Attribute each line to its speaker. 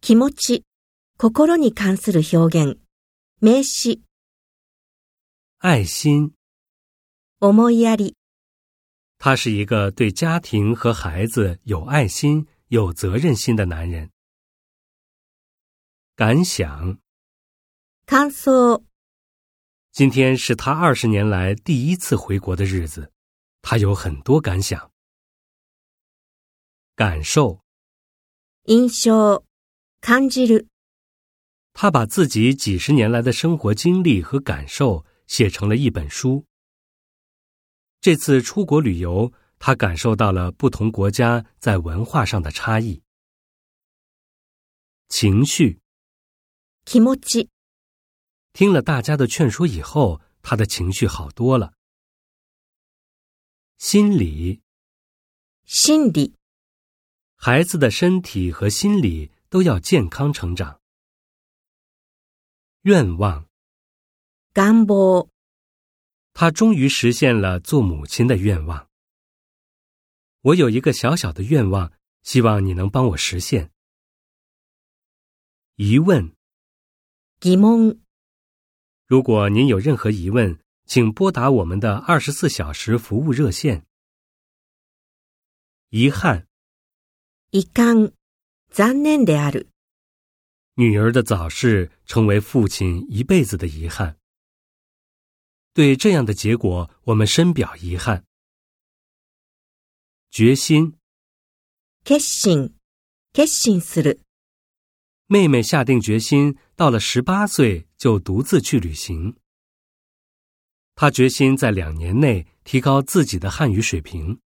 Speaker 1: 気持ち、心に関する表現、名詞、
Speaker 2: 爱心。
Speaker 1: 思いやり、
Speaker 2: 他是一个对家庭和孩子有爱心、有责任心的男人。感想：
Speaker 1: 感想、
Speaker 2: 今天是他二十年来第一次回国的日子，他有很多感想。感受：
Speaker 1: 印象、感じる、
Speaker 2: 他把自己几十年来的生活经历和感受写成了一本书。这次出国旅游，他感受到了不同国家在文化上的差异。情绪
Speaker 1: 気持ち、
Speaker 2: 听了大家的劝说以后，他的情绪好多了。心理，
Speaker 1: 心理、
Speaker 2: 孩子的身体和心理都要健康成长。愿望，
Speaker 1: 願望、
Speaker 2: 他终于实现了做母亲的愿望。我有一个小小的愿望，希望你能帮我实现。疑问：
Speaker 1: 疑問、
Speaker 2: 如果您有任何疑问，请拨打我们的二十四小时服务热线。遗憾，
Speaker 1: 遺憾、残念である、
Speaker 2: 女儿的早逝成为父亲一辈子的遗憾。对这样的结果，我们深表遗憾。决心，
Speaker 1: 決心、決心する、
Speaker 2: 妹妹下定决心，到了十八岁就独自去旅行。她决心在两年内提高自己的汉语水平。